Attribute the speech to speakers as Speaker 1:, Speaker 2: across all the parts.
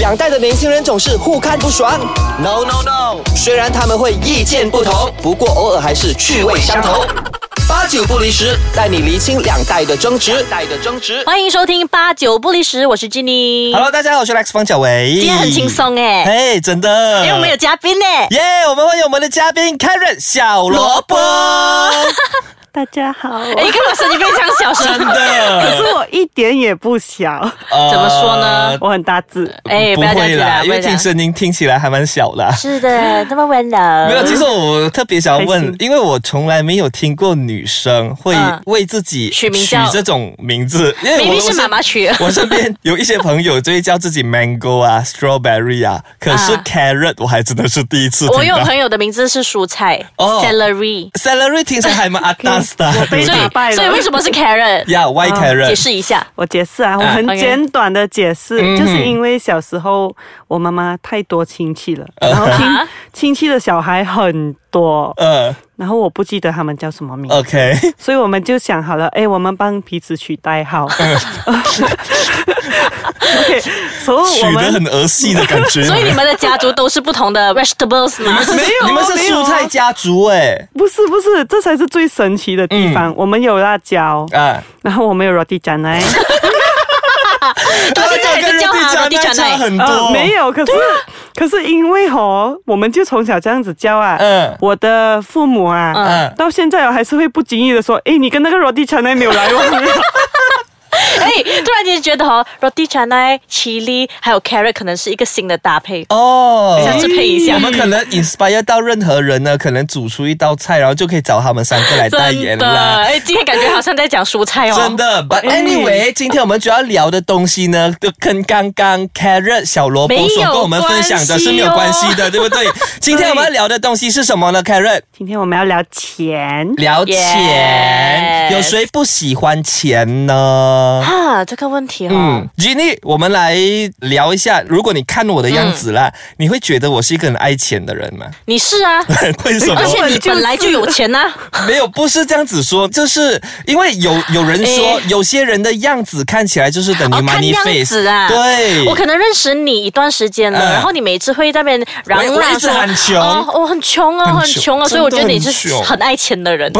Speaker 1: 两代的年轻人总是互看不爽。
Speaker 2: No no no，
Speaker 1: 虽然他们会意见不同，不过偶尔还是趣味相投。八九不离十，带你厘清两代的争执。
Speaker 2: 代的争执。
Speaker 3: 欢迎收听八九不离十，我是 Jenny。
Speaker 1: Hello，大家好，我是 Lex 方小维。
Speaker 3: 今天很轻松哎、
Speaker 1: 哎，真的。
Speaker 3: 因为我们有嘉宾呢、欸
Speaker 1: 耶我们欢迎我们的嘉宾 Karen 小萝卜。
Speaker 4: 大家好，
Speaker 3: 哎、你干嘛声音非常小 声？
Speaker 1: 真的。
Speaker 4: 可是我一点也 不小，
Speaker 1: 呃
Speaker 3: 怎么说呢？
Speaker 4: 我很大字。
Speaker 3: 哎、
Speaker 1: 不
Speaker 3: 不要这样
Speaker 1: 会
Speaker 3: 子
Speaker 1: 啦，
Speaker 3: 啦，
Speaker 1: 因
Speaker 3: 不
Speaker 1: 为
Speaker 3: 要这
Speaker 1: 听
Speaker 3: 样。
Speaker 1: 声音听起来还蛮小的。
Speaker 3: 是的，这么温柔。
Speaker 1: 没有，其实我特别想要
Speaker 4: 开
Speaker 1: 问
Speaker 4: 心，
Speaker 1: 因为我从来没有听过女生会
Speaker 3: 嗯
Speaker 1: 为自己
Speaker 3: 取名
Speaker 1: 取
Speaker 3: 叫
Speaker 1: 这种名字，因为
Speaker 3: 明
Speaker 1: 我
Speaker 3: 明是妈。妈取的。
Speaker 1: 我身我身边有一些朋友就会叫自己 mango 啊、strawberry 啊，可是
Speaker 3: 啊
Speaker 1: carrot 我还真的是第一次
Speaker 3: 我
Speaker 1: 听
Speaker 3: 有
Speaker 1: 到。
Speaker 3: 朋友的名字是蔬菜、
Speaker 1: 哦
Speaker 3: celery，
Speaker 1: celery 听起来还蛮 atas
Speaker 3: 嗯
Speaker 1: 的，
Speaker 4: 我被
Speaker 3: 所
Speaker 4: 打败
Speaker 3: 以
Speaker 4: 了。
Speaker 3: 所以为什么是 carrot？
Speaker 1: 呀 white
Speaker 3: 啊解
Speaker 1: carrot
Speaker 3: 释一下。
Speaker 4: 我解释啊，我
Speaker 1: 啊
Speaker 4: 很
Speaker 3: OK
Speaker 4: 简短的解释，
Speaker 1: 嗯
Speaker 4: 就是因为小时候我妈妈太多亲戚了，
Speaker 1: 嗯
Speaker 4: 然后亲
Speaker 3: 啊
Speaker 4: 亲戚的小孩很多，
Speaker 1: 呃
Speaker 4: 然后我不记得他们叫什么名，
Speaker 1: ，OK，
Speaker 4: 所以我们就想好了，哎，我们帮彼此取代号。OK，所以我
Speaker 1: 取得
Speaker 4: 们
Speaker 1: 很儿戏的感觉。
Speaker 3: 哦 所以你们的家族都是不同的 vegetables 吗？
Speaker 4: 没有
Speaker 1: 你们是
Speaker 4: 没有
Speaker 1: 蔬菜家族哎
Speaker 4: 不是不是，这才是最神奇的地方。我们有辣椒，
Speaker 1: 嗯啊，
Speaker 4: 然后我们有 roti j a n a
Speaker 3: 到现在还是叫他
Speaker 1: 啊跟
Speaker 3: Roti
Speaker 1: Roti
Speaker 3: Canai
Speaker 1: 差很多，啊
Speaker 4: 呃，没有，可是、可是因为吼，我们就从小这样子教啊。
Speaker 1: 嗯
Speaker 4: 我的父母啊，
Speaker 1: 嗯
Speaker 4: 到现在我还是会不经意的说，诶，你跟那个 Roti c h a n a 没有来往啊。
Speaker 3: 哎、突然间觉得哦，roti canai、chili 还有 carrot 可能是一个新的搭配，
Speaker 1: 哦，
Speaker 3: 下次配一 下
Speaker 1: 我。们可能 inspire 到任何人呢，可能煮出一道菜，然后就可以找他们三个来代言
Speaker 3: 真的，
Speaker 1: 啦。
Speaker 3: 哎、今天感觉好像在讲蔬菜哦。
Speaker 1: 真的，But 嗯 anyway，今天我们主要聊的东西呢，就跟刚刚 Carrot 小萝卜
Speaker 3: 没有
Speaker 1: 所跟我们分享的是没有关系的，对不 对？今天我们要聊的东西是什么呢？Carrot
Speaker 4: 今天我们要聊钱，
Speaker 1: 聊钱
Speaker 3: Yes
Speaker 1: 有谁不喜欢钱呢？
Speaker 3: 啊，这个问题哦，
Speaker 1: 嗯，Jenny，我们来聊一下。如果你看我的样子啦，你会觉得我是一个很爱钱的人吗？
Speaker 3: 你是啊，
Speaker 1: 为什么？
Speaker 3: 而且你本来就有钱啊 呐、
Speaker 1: 没有，不是这样子说，就是因为有有人说
Speaker 3: 哎，
Speaker 1: 有些人的样子看起来就是等于
Speaker 3: 哦看
Speaker 1: money
Speaker 3: 样
Speaker 1: face，
Speaker 3: 子啊
Speaker 1: 对，
Speaker 3: 我可能认识你一段时间了，
Speaker 1: 嗯
Speaker 3: 然后你每次会在那边嚷
Speaker 1: 我
Speaker 3: 嚷
Speaker 1: 一直
Speaker 3: 说
Speaker 1: 很穷
Speaker 3: 哦，我很穷啊，
Speaker 1: 很
Speaker 3: 我很
Speaker 1: 穷
Speaker 3: 穷啊，所以我觉得你
Speaker 1: 真
Speaker 3: 是
Speaker 1: 的很穷
Speaker 3: 很爱钱的人。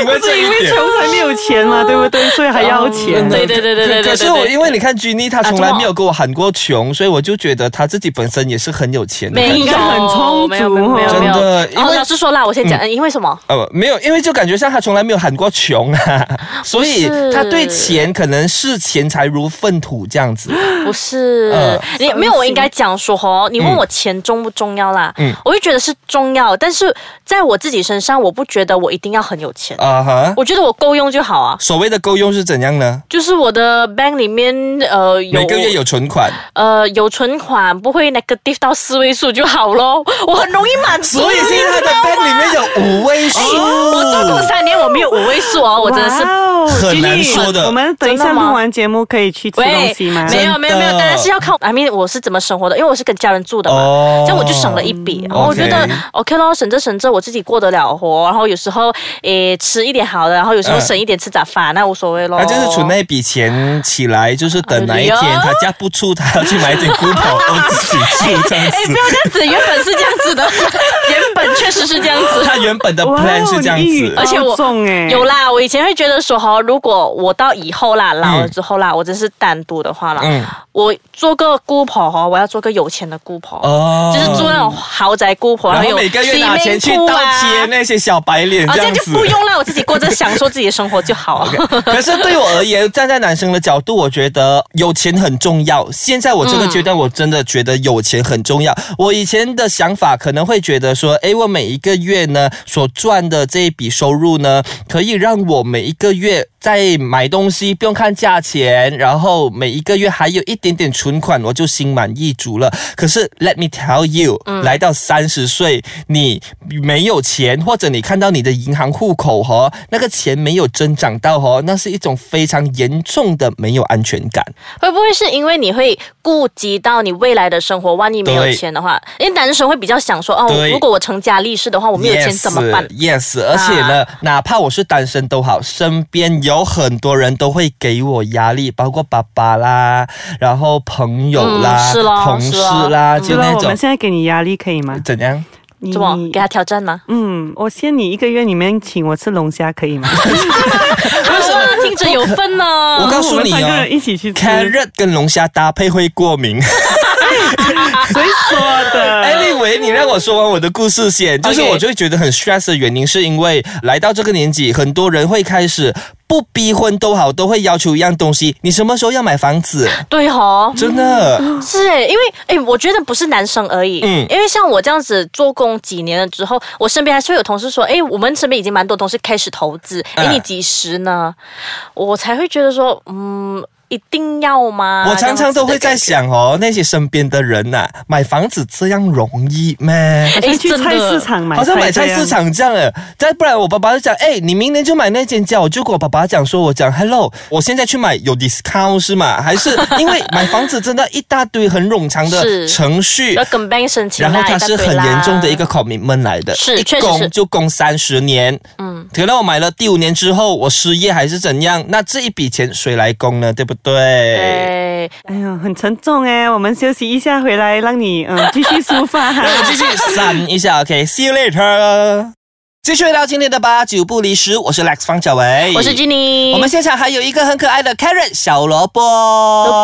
Speaker 1: 因为这
Speaker 4: 因
Speaker 1: 一
Speaker 4: 为
Speaker 1: 点。
Speaker 4: 穷才没有钱嘛，对不对？所以还要钱。
Speaker 3: 对对对对对对对
Speaker 1: 可可是我因为你看 Jenny，她从来
Speaker 3: 啊
Speaker 1: 没有跟我喊过穷，所以我就觉得她自己本身也是很有钱的人。
Speaker 3: 没
Speaker 4: 应
Speaker 3: 有，
Speaker 4: 该很充足哦
Speaker 3: 没有没有没有
Speaker 1: 真
Speaker 3: 没有。
Speaker 1: 的因
Speaker 3: 然
Speaker 1: 为
Speaker 3: 后老师说啦，我先讲，因为什么？
Speaker 1: 呃，没有，因为就感觉像她从来没有喊过穷啊， 所以
Speaker 3: 哦不是
Speaker 1: 她对钱可能视钱财如粪土这样子。
Speaker 3: 不是
Speaker 1: 呃，
Speaker 3: 你没有，我应该讲说哦，你问我钱重不重要啦，
Speaker 1: 嗯
Speaker 3: 我就觉得是重要，但是在我自己身上，我不觉得我一定要很有钱，
Speaker 1: 啊哈，
Speaker 3: 我觉得我够用就好啊，
Speaker 1: 所谓的够用是怎样呢？
Speaker 3: 就是我的 bank 里面呃有
Speaker 1: 每个月有存款。
Speaker 3: 呃有存款，不会 negative 到四位数就好咯，我很容易满足。
Speaker 1: 所以现在他的 b a n 里面有五位数，
Speaker 3: 哦我做过三年，我没有五位数哦，我真的是。
Speaker 4: 哇哦
Speaker 1: 很难
Speaker 4: Jenny，
Speaker 1: 说的
Speaker 4: 我们等一下
Speaker 3: 真的吗
Speaker 4: 录完节目可以去吃东西吗？
Speaker 3: 没有没有没有，当然是要靠。I mean，我是怎么生活的？因为我是跟家人住的嘛，
Speaker 1: 哦
Speaker 3: 这样我就省了一笔。然后我
Speaker 1: OK
Speaker 3: 觉得 OK 咯，省着省着，我自己过得了活。然后有时候诶吃一点好的，然后有时候
Speaker 1: 嗯
Speaker 3: 省一点吃杂饭，那无所谓咯。
Speaker 1: 他就是存那笔钱起来，就是等哪一
Speaker 3: 哎
Speaker 1: 天
Speaker 3: 呦
Speaker 1: 他嫁不出，他要去买点菇头我自己住这样
Speaker 3: 哎，不
Speaker 1: 子。
Speaker 3: 要这样子，原本是这样 子的，原本确实是这样子。
Speaker 1: 他原本 的
Speaker 4: 哇哦
Speaker 1: plan 是这样
Speaker 4: 你一语
Speaker 1: 子
Speaker 3: 而。且我
Speaker 4: 道中哎，
Speaker 3: 有啦，我以前会觉得说哈，如果我到以后啦，老了之后啦，我真是单独的话啦，
Speaker 1: 嗯
Speaker 3: 我做个姑婆哈，我要做个有钱的姑婆，
Speaker 1: 哦
Speaker 3: 就是住那种豪宅姑婆，
Speaker 1: 然
Speaker 3: 有
Speaker 1: 后每个月拿钱去
Speaker 3: swimming pool
Speaker 1: 倒
Speaker 3: 啊
Speaker 1: 贴那些小白脸
Speaker 3: 啊，
Speaker 1: 这
Speaker 3: 这
Speaker 1: 样
Speaker 3: 样就
Speaker 1: 子。
Speaker 3: 不用了，我自己过着享受自己的生活就好。
Speaker 1: 可是对我而言，站在男生的角度，我觉得有钱很重要。现在我这个阶段，我真的觉得有钱很重要。我以前的想法可能会觉得说，诶，我每一个月呢所赚的这一笔收入呢，可以让我每一个月在买东西不用看价钱，然后每一个月还有一点点存款，我就心满意足了。可是 Let me tell you，、来
Speaker 3: 嗯
Speaker 1: 到三十岁，你没有钱，或者你看到你的银行户口哦，那个钱没有增长到哦，那是一种非常严重的没有安全感。
Speaker 3: 会不会是因为你会顾及到你未来的生活？万一没有
Speaker 1: 对
Speaker 3: 钱的话，因为男生会比较想说，哦
Speaker 1: 对，
Speaker 3: 如果我成成家立室的话，我没有钱怎么办？啊
Speaker 1: Yes，yes，而且呢，哪怕我是单身都好，身边有很多人都会给我压力，包括爸爸啦，然后朋友啦，
Speaker 3: 嗯是咯
Speaker 1: 同
Speaker 3: 是咯
Speaker 1: 事啦，
Speaker 4: 知
Speaker 1: 就
Speaker 4: 道
Speaker 1: 那
Speaker 4: 我
Speaker 1: 种
Speaker 4: 们现在给你压力可以吗？
Speaker 1: 怎样？
Speaker 4: 你
Speaker 3: 怎么给他挑战吗？
Speaker 4: 嗯，我限你一个月里面请我吃龙虾可以吗？
Speaker 3: 为什么 听着有分呢？
Speaker 1: 我告诉你
Speaker 4: 我们三个
Speaker 1: 哦
Speaker 4: 人一起去吃，
Speaker 1: ，carrot 跟龙虾搭配会过敏。
Speaker 4: 谁 说的？
Speaker 1: Anyway，你让我说完我的故事先，就是
Speaker 3: OK
Speaker 1: 我就会觉得很 stress 的原因，是因为来到这个年纪，很多人会开始不逼婚都好，都会要求一样东西，你什么时候要买房子？
Speaker 3: 对哦，
Speaker 1: 真的，
Speaker 3: 是诶，因为诶，我觉得不是男生而已，
Speaker 1: 嗯
Speaker 3: 因为像我这样子做工几年了之后，我身边还是会有同事说，诶，我们身边已经蛮多同事开始投资，诶，
Speaker 1: 嗯
Speaker 3: 你几时呢？我才会觉得说，嗯，一定要吗？
Speaker 1: 我常常都会在想哦，那些身边的人呐、买房子这样容易咩？
Speaker 3: 这样
Speaker 4: 你
Speaker 3: 子
Speaker 4: 去
Speaker 3: 的感觉，
Speaker 4: 菜
Speaker 3: 哎诶，真
Speaker 4: 市
Speaker 3: 的。
Speaker 4: 场买，
Speaker 1: 好像买菜市。场这样诶，再不然我爸爸就讲，哎，你明年就买那间家，我就跟我爸爸讲说，我讲 hello，我现在去买有 discount 是吗？还是因为买房子真的一大堆很冗长的
Speaker 3: 是
Speaker 1: 程序
Speaker 3: 要，跟 bank 申请
Speaker 1: 然
Speaker 3: 啦，
Speaker 1: 后它是
Speaker 3: 一大堆
Speaker 1: 很
Speaker 3: 啦
Speaker 1: 严重的一个 commitment 来的，
Speaker 3: 是
Speaker 1: 一
Speaker 3: 确实是
Speaker 1: 供就供三十年，嗯，可能我买了第五年之后我失业还是怎样，那这一笔钱谁来供呢？对不对？
Speaker 3: 对，
Speaker 4: 哎呀，很沉重哎，我们休息一下，回来让你嗯继续 抒发哈。
Speaker 1: 我继续闪一下，OK，see、you later。继续回到今天的八九不离十，我是 Lex 方小维，
Speaker 3: 我是 Jenny，
Speaker 1: 哎我们现场还有一个很可爱的 Karen 小萝卜，
Speaker 3: 萝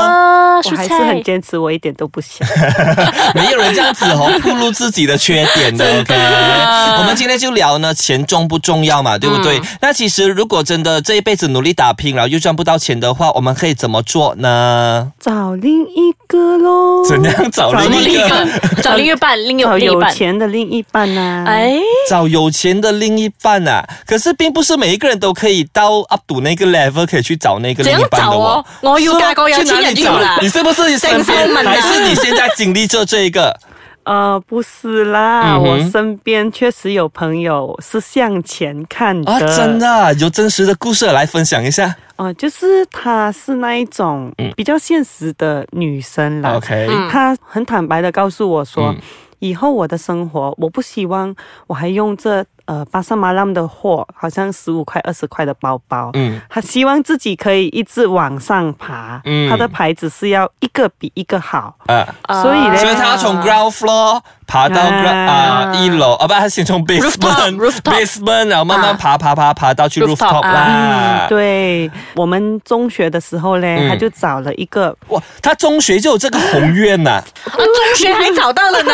Speaker 1: 哦
Speaker 3: 卜
Speaker 4: 我还
Speaker 3: 蔬
Speaker 4: 是很
Speaker 3: 菜，
Speaker 4: 坚持，我一点都不想。
Speaker 1: 没有人这样子哦，暴露自己的缺点 的。OK，我们今天就聊呢，钱重不重要嘛，对不对？那其实如果真的这一辈子努力打拼，然后又赚不到钱的话，我们可以怎么做呢？
Speaker 4: 找另一个喽。
Speaker 1: 怎样找
Speaker 4: 找
Speaker 1: 另
Speaker 3: 另
Speaker 1: 一
Speaker 3: 一
Speaker 1: 个？
Speaker 3: 个找另一半，另有
Speaker 4: 找
Speaker 3: 另一
Speaker 4: 有
Speaker 3: 半，
Speaker 4: 钱的另一半呐、啊？
Speaker 3: 哎，
Speaker 1: 找有钱的另一半啊，可是并不是每一个人都可以到 up to 那个 level 可以去找那个
Speaker 3: 怎
Speaker 1: 另
Speaker 3: 样
Speaker 1: 一半的
Speaker 3: 找
Speaker 1: 哦
Speaker 3: 哦。？我要
Speaker 1: 是
Speaker 3: 嫁过有
Speaker 1: 去哪
Speaker 3: 钱人
Speaker 1: 里
Speaker 3: 就有
Speaker 1: 找
Speaker 3: 啦
Speaker 1: 你。是不是身
Speaker 3: 先
Speaker 1: 边
Speaker 3: 生们啊
Speaker 1: 还是你现在经历着这一个？
Speaker 4: 呃，不是啦，
Speaker 1: 嗯哼
Speaker 4: 我身边确实有朋友是向前看的。
Speaker 1: 啊，真的。啊有真实的故事来分享一下。
Speaker 4: 哦、就是她是那一种比较现实的女生
Speaker 1: 嗯
Speaker 4: 啦。
Speaker 1: 啊 OK，
Speaker 3: 嗯
Speaker 4: 她很坦白的告诉我说。
Speaker 1: 嗯
Speaker 4: 以后我的生活，我不希望我还用这呃巴塞马浪的货，好像十五块、二十块的包包。
Speaker 1: 嗯
Speaker 4: 她希望自己可以一直往上爬。
Speaker 1: 嗯
Speaker 4: 她的牌子是要一个比一个好。
Speaker 1: 啊，
Speaker 4: 所以呢
Speaker 1: 所以他要从 ground floor 爬到 ground 啊
Speaker 4: 啊
Speaker 1: 一楼，啊不，他先从
Speaker 3: Rooftop，
Speaker 1: basement
Speaker 3: rooftop
Speaker 1: basement，然后慢慢爬爬爬爬到去
Speaker 3: Rooftop，
Speaker 1: rooftop
Speaker 4: 啊
Speaker 1: 啦。
Speaker 4: 嗯对我们中学的时候嘞，
Speaker 1: 嗯
Speaker 4: 他就找了一个，
Speaker 1: 哇，他中学就有这个宏愿呐，
Speaker 3: 啊，中学还找到了 呢。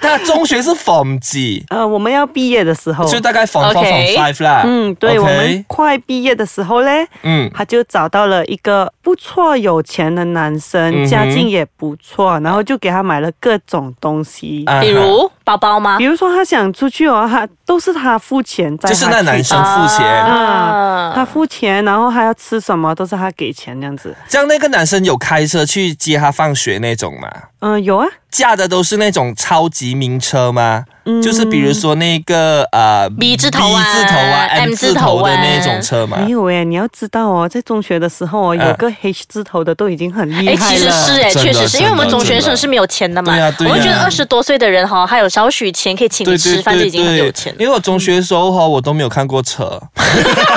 Speaker 1: 他中学是 form 几？
Speaker 4: 呃，我们要毕业的时候，
Speaker 1: 就大概 form four form
Speaker 3: OK
Speaker 1: five 啦。
Speaker 4: 嗯，
Speaker 1: OK，
Speaker 4: 对我们快毕业的时候嘞，
Speaker 1: 嗯
Speaker 4: 他就找到了一个不错有钱的男生，
Speaker 1: 嗯哼
Speaker 4: 家境也不错，然后就给他买了各种东西。
Speaker 1: 啊哈
Speaker 3: 比如包包吗
Speaker 4: 比？如说，他想出去哦，他都是他付钱在，
Speaker 1: 就是那男生付钱，
Speaker 4: 啊
Speaker 3: 啊，
Speaker 4: 他付钱，然后他要吃什么都是他给钱这样子。
Speaker 1: 这样那个男生有开车去接他放学那种吗？
Speaker 4: 嗯、有啊，
Speaker 1: 驾的都是那种超级名车吗？就是比如说那个呃
Speaker 3: 嗯 B 字头啊
Speaker 1: B 字头啊
Speaker 3: M
Speaker 1: M 字
Speaker 3: 字
Speaker 1: 头
Speaker 3: 头
Speaker 1: 的
Speaker 3: 啊
Speaker 1: 那种车吗？
Speaker 4: 没有诶，你要知道哦，在中学的时候哦，
Speaker 1: 啊
Speaker 4: 有个 H 字头的都已经很厉
Speaker 3: 哎，
Speaker 4: 害
Speaker 3: 其实
Speaker 4: 了。
Speaker 3: 是哎，
Speaker 1: 真的
Speaker 3: 确实是因为我们
Speaker 1: 真的
Speaker 3: 中学
Speaker 1: 真的
Speaker 3: 生是没有钱的嘛。
Speaker 1: 对呀对呀啊
Speaker 3: 我们觉得二十多岁的人哈，还有少许钱可以请你吃饭，就已经很有 钱了。
Speaker 1: 因为我中学的时候哈，我都没有看过车， 有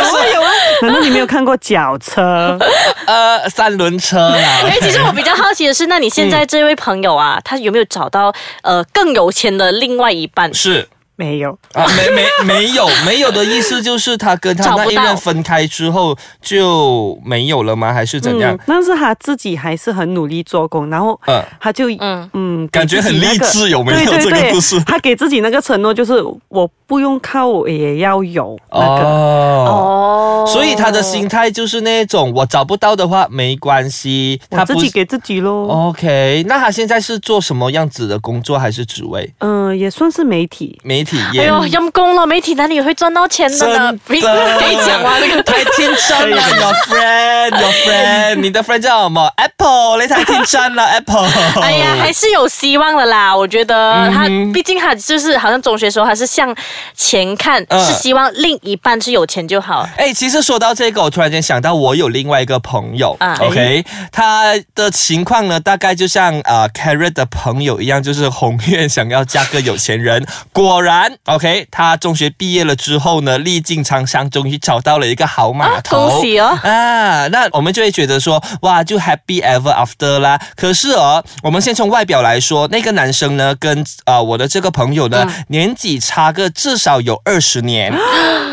Speaker 1: 啊有啊，
Speaker 4: 难道你没有看过脚车？
Speaker 1: 呃，三轮车啦。
Speaker 3: 哎，其实我比较好奇的是，那你现
Speaker 1: 嗯
Speaker 3: 在这位朋友啊，他有没有找到呃更有钱的另外一半？
Speaker 1: 是
Speaker 4: 没有，
Speaker 1: 啊，没没没有没有的意思就是他跟他
Speaker 3: 找不
Speaker 1: 那
Speaker 3: 到
Speaker 1: 一任分开之后就没有了吗？还是怎样
Speaker 4: 嗯？？但是他自己还是很努力做工，然后
Speaker 1: 嗯
Speaker 4: 他就嗯
Speaker 3: 嗯
Speaker 4: 给
Speaker 1: 感觉
Speaker 4: 自己
Speaker 1: 很励
Speaker 4: 那个
Speaker 1: 志有没有
Speaker 4: 对对
Speaker 1: 这个
Speaker 4: 对
Speaker 1: 故事
Speaker 4: 他给自己那个承诺就是我不用靠，我也要有那个。
Speaker 1: 哦。
Speaker 3: 哦
Speaker 1: 所以他的心态就是那种我找不到的话没关系，
Speaker 4: 我
Speaker 1: 他
Speaker 4: 自
Speaker 1: 不
Speaker 4: 己
Speaker 1: 是哦
Speaker 4: 给自己咯，
Speaker 1: OK，那他现在是做什么样子的工作还是职位？
Speaker 4: 嗯、也算是媒体，
Speaker 1: 媒媒体
Speaker 3: 哎
Speaker 1: 业。
Speaker 3: 呦，阴公了，媒体哪里会赚到钱的呢？
Speaker 1: 真的
Speaker 3: 可以讲吗？这个
Speaker 1: 太天真了，your friend，your friend，你的 friend 叫什么？Apple，你太天真了，Apple。
Speaker 3: 哎呀，还是有希望的啦。我觉得他，
Speaker 1: 嗯
Speaker 3: 毕竟他就是好像中学时候，他是向前看，
Speaker 1: 嗯
Speaker 3: 是希望另一半是有钱就好。
Speaker 1: 哎、其实说到这个，我突然间想到，我有另外一个朋友、
Speaker 3: 啊
Speaker 1: o k 他的情况呢，大概就像啊 Carrot 的朋友一样，就是宏愿想要嫁个有钱人。 果然，OK，他中学毕业了之后呢，历尽沧桑，终于找到了一个好码头。
Speaker 3: 恭喜哦！
Speaker 1: 啊，那我们就会觉得说，哇，就 happy ever after 啦。可是哦，我们先从外表来说，那个男生呢，跟啊、呃我的这个朋友呢，
Speaker 3: 嗯
Speaker 1: 年纪差个至少有二十 年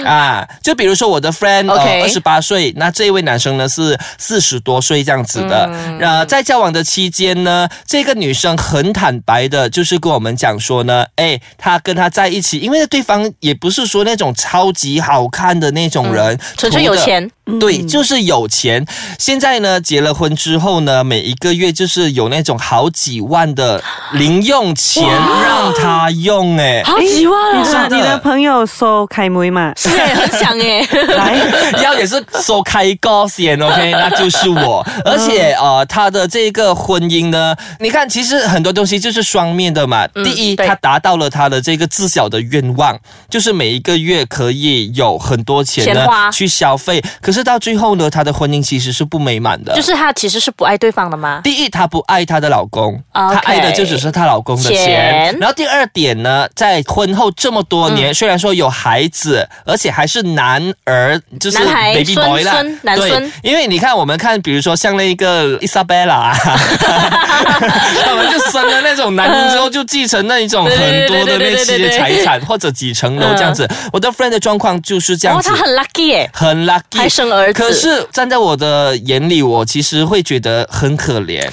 Speaker 1: 啊。就比如说我的 friend 呃
Speaker 3: OK
Speaker 1: 二十八岁，那这一位男生呢是四十多岁这样子的。
Speaker 3: 嗯
Speaker 1: 呃，在交往的期间呢，这个女生很坦白的，就是跟我们讲说呢，哎，她跟他在一起，因为对方也不是说那种超级好看的那种人，
Speaker 3: 嗯纯粹有
Speaker 1: 图的
Speaker 3: 钱，嗯
Speaker 1: 对，就是有钱。现在呢，结了婚之后呢，每一个月就是有那种好几万的零用钱让他用，哎，
Speaker 3: 好几万
Speaker 4: 你
Speaker 3: 啊！
Speaker 1: 真
Speaker 4: 的
Speaker 1: 的
Speaker 4: 你的朋友收开梅嘛？
Speaker 3: 是哎，很想哎。
Speaker 4: 来，
Speaker 1: 要也是收开高险，OK，那就是我。而且
Speaker 3: 嗯
Speaker 1: 呃，他的这个婚姻呢，你看，其实很多东西就是双面的嘛。第一，
Speaker 3: 嗯对
Speaker 1: 他达到了他的这个自小的愿望，就是每一个月可以有很多钱呢
Speaker 3: 钱花
Speaker 1: 去消费。可是到最后呢，他的婚姻其实是不美满的。
Speaker 3: 就是他其实是不爱对方的吗？
Speaker 1: 第一，她不爱她的老公，她
Speaker 3: OK
Speaker 1: 爱的就只是她老公的钱。
Speaker 3: 钱嗯
Speaker 1: 然后第二点呢，在婚后这么多年，虽然说有孩子，而且还是男儿，就是
Speaker 3: 男孩
Speaker 1: baby
Speaker 3: 孙
Speaker 1: boy 啦
Speaker 3: 孙，男
Speaker 1: 对
Speaker 3: 孙，
Speaker 1: 因为你看我们看，比如说像那个 Isabella，啊 他们就生了那种男婴之后，就继承那一种很多的那
Speaker 3: 对对对对对
Speaker 1: 些
Speaker 3: 对
Speaker 1: 财产或者几层楼这样子。我的 friend 的状况就是这样
Speaker 3: 嗯哦，
Speaker 1: 子。
Speaker 3: 他很 lucky 哎，
Speaker 1: 很 lucky，
Speaker 3: 还生儿子
Speaker 1: 可是站在我的眼里，我其实会觉得很可怜。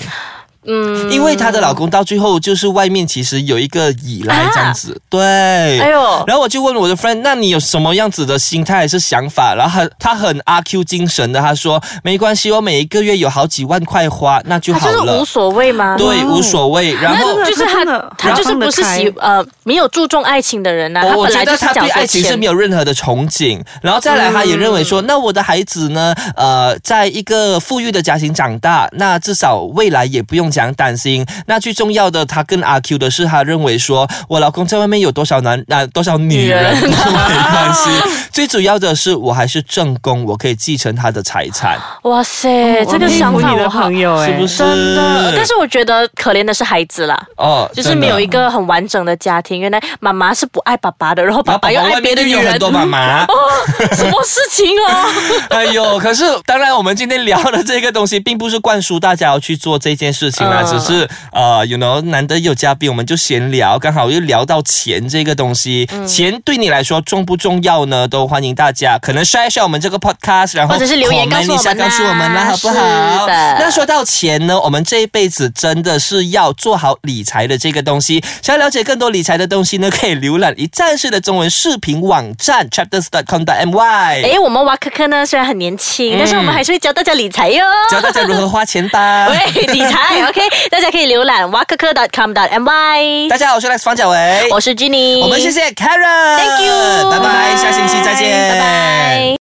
Speaker 1: 嗯，因为她的老公到最后就是外面其实有一个依赖这样子，对，
Speaker 3: 哎呦
Speaker 1: 然后我就问我的 friend，那你有什么样子的心态还是想法？然后很他很阿 Q 精神的，他说没关系，我每一个月有好几万块花，那就
Speaker 3: 他
Speaker 1: 好
Speaker 3: 就是
Speaker 1: 了
Speaker 3: 无，所谓啊吗？
Speaker 1: 对，无所谓。然后
Speaker 4: 那
Speaker 3: 就是
Speaker 4: 他真
Speaker 3: 他
Speaker 4: 的，
Speaker 3: 他就是
Speaker 4: 放得
Speaker 3: 不是喜呃没有注重爱情的人啊呐、他
Speaker 1: 哦我我
Speaker 3: 本
Speaker 1: 觉
Speaker 3: 来就
Speaker 1: 得
Speaker 3: 是
Speaker 1: 他
Speaker 3: 讲
Speaker 1: 对爱情是没
Speaker 3: 有
Speaker 1: 有任何的憧憬，然后再来，他也认为
Speaker 3: 嗯
Speaker 1: 说，那我的孩子呢，呃，在一个富裕的家庭长大，那至少未来也不用讲担心。那最重要的，他跟阿 Q 的是，他认为说我老公在外面有多少男啊、多少女人
Speaker 3: 女
Speaker 1: 都
Speaker 3: 人
Speaker 1: 没关系，最主要的是我还是正宫，我可以继承他的财产，
Speaker 3: 哇塞，哎
Speaker 1: 哦
Speaker 3: 这
Speaker 4: 我
Speaker 3: 个
Speaker 4: 佩服
Speaker 3: 想法
Speaker 4: 你
Speaker 3: 我
Speaker 4: 的
Speaker 3: 好
Speaker 4: 朋友
Speaker 1: 是
Speaker 4: 哎
Speaker 1: 不，是？
Speaker 3: 真的，但是我觉得可怜的是孩子啦。
Speaker 1: 哦，
Speaker 3: 就是没有一
Speaker 1: 个。
Speaker 3: 个很完整的家庭，原来妈妈是不爱爸爸的，然后
Speaker 1: 然
Speaker 3: 爸
Speaker 1: 后宝
Speaker 3: 爸
Speaker 1: 宝
Speaker 3: 又爱
Speaker 1: 外
Speaker 3: 别
Speaker 1: 面
Speaker 3: 的
Speaker 1: 就
Speaker 3: 女
Speaker 1: 有很
Speaker 3: 人，哦
Speaker 1: 多 妈妈，
Speaker 3: 什么事情 哦？
Speaker 1: 哎呦，可是当然，我们今天聊的这个东西，并不是灌输大家要去做这件事情啦，
Speaker 3: 嗯
Speaker 1: 只是呃，you know，难得有嘉宾，我们就闲聊，刚好又聊到钱这个东西，
Speaker 3: 嗯
Speaker 1: 钱对你来说重不重要呢？都欢迎大家可能刷一下我们这个 podcast，然后
Speaker 3: 或者是留言
Speaker 1: comment
Speaker 3: 告诉
Speaker 1: 一下
Speaker 3: 我们啦
Speaker 1: 告诉我们啦，好不好
Speaker 3: 是？的
Speaker 1: 那说到钱呢，我们这一辈子真的是要做好理财的这个东西。想要了解更多理财的东西呢，可以浏览一站式的中文视频网站 chapters.com.my。
Speaker 3: 哎，我们娃可可呢，虽然很年轻，但是我们还是会教大家理财哟。
Speaker 1: 嗯教大家如何花钱吧。
Speaker 3: 喂，理 财 OK，大家可以浏览娃可可 .com.my。
Speaker 1: 大家好，我是 Lex 方小维，
Speaker 3: 我是 Ginny，
Speaker 1: 我们谢谢 Karen，Thank
Speaker 3: Thank you，
Speaker 1: 拜拜，下星期再见，
Speaker 3: 拜拜。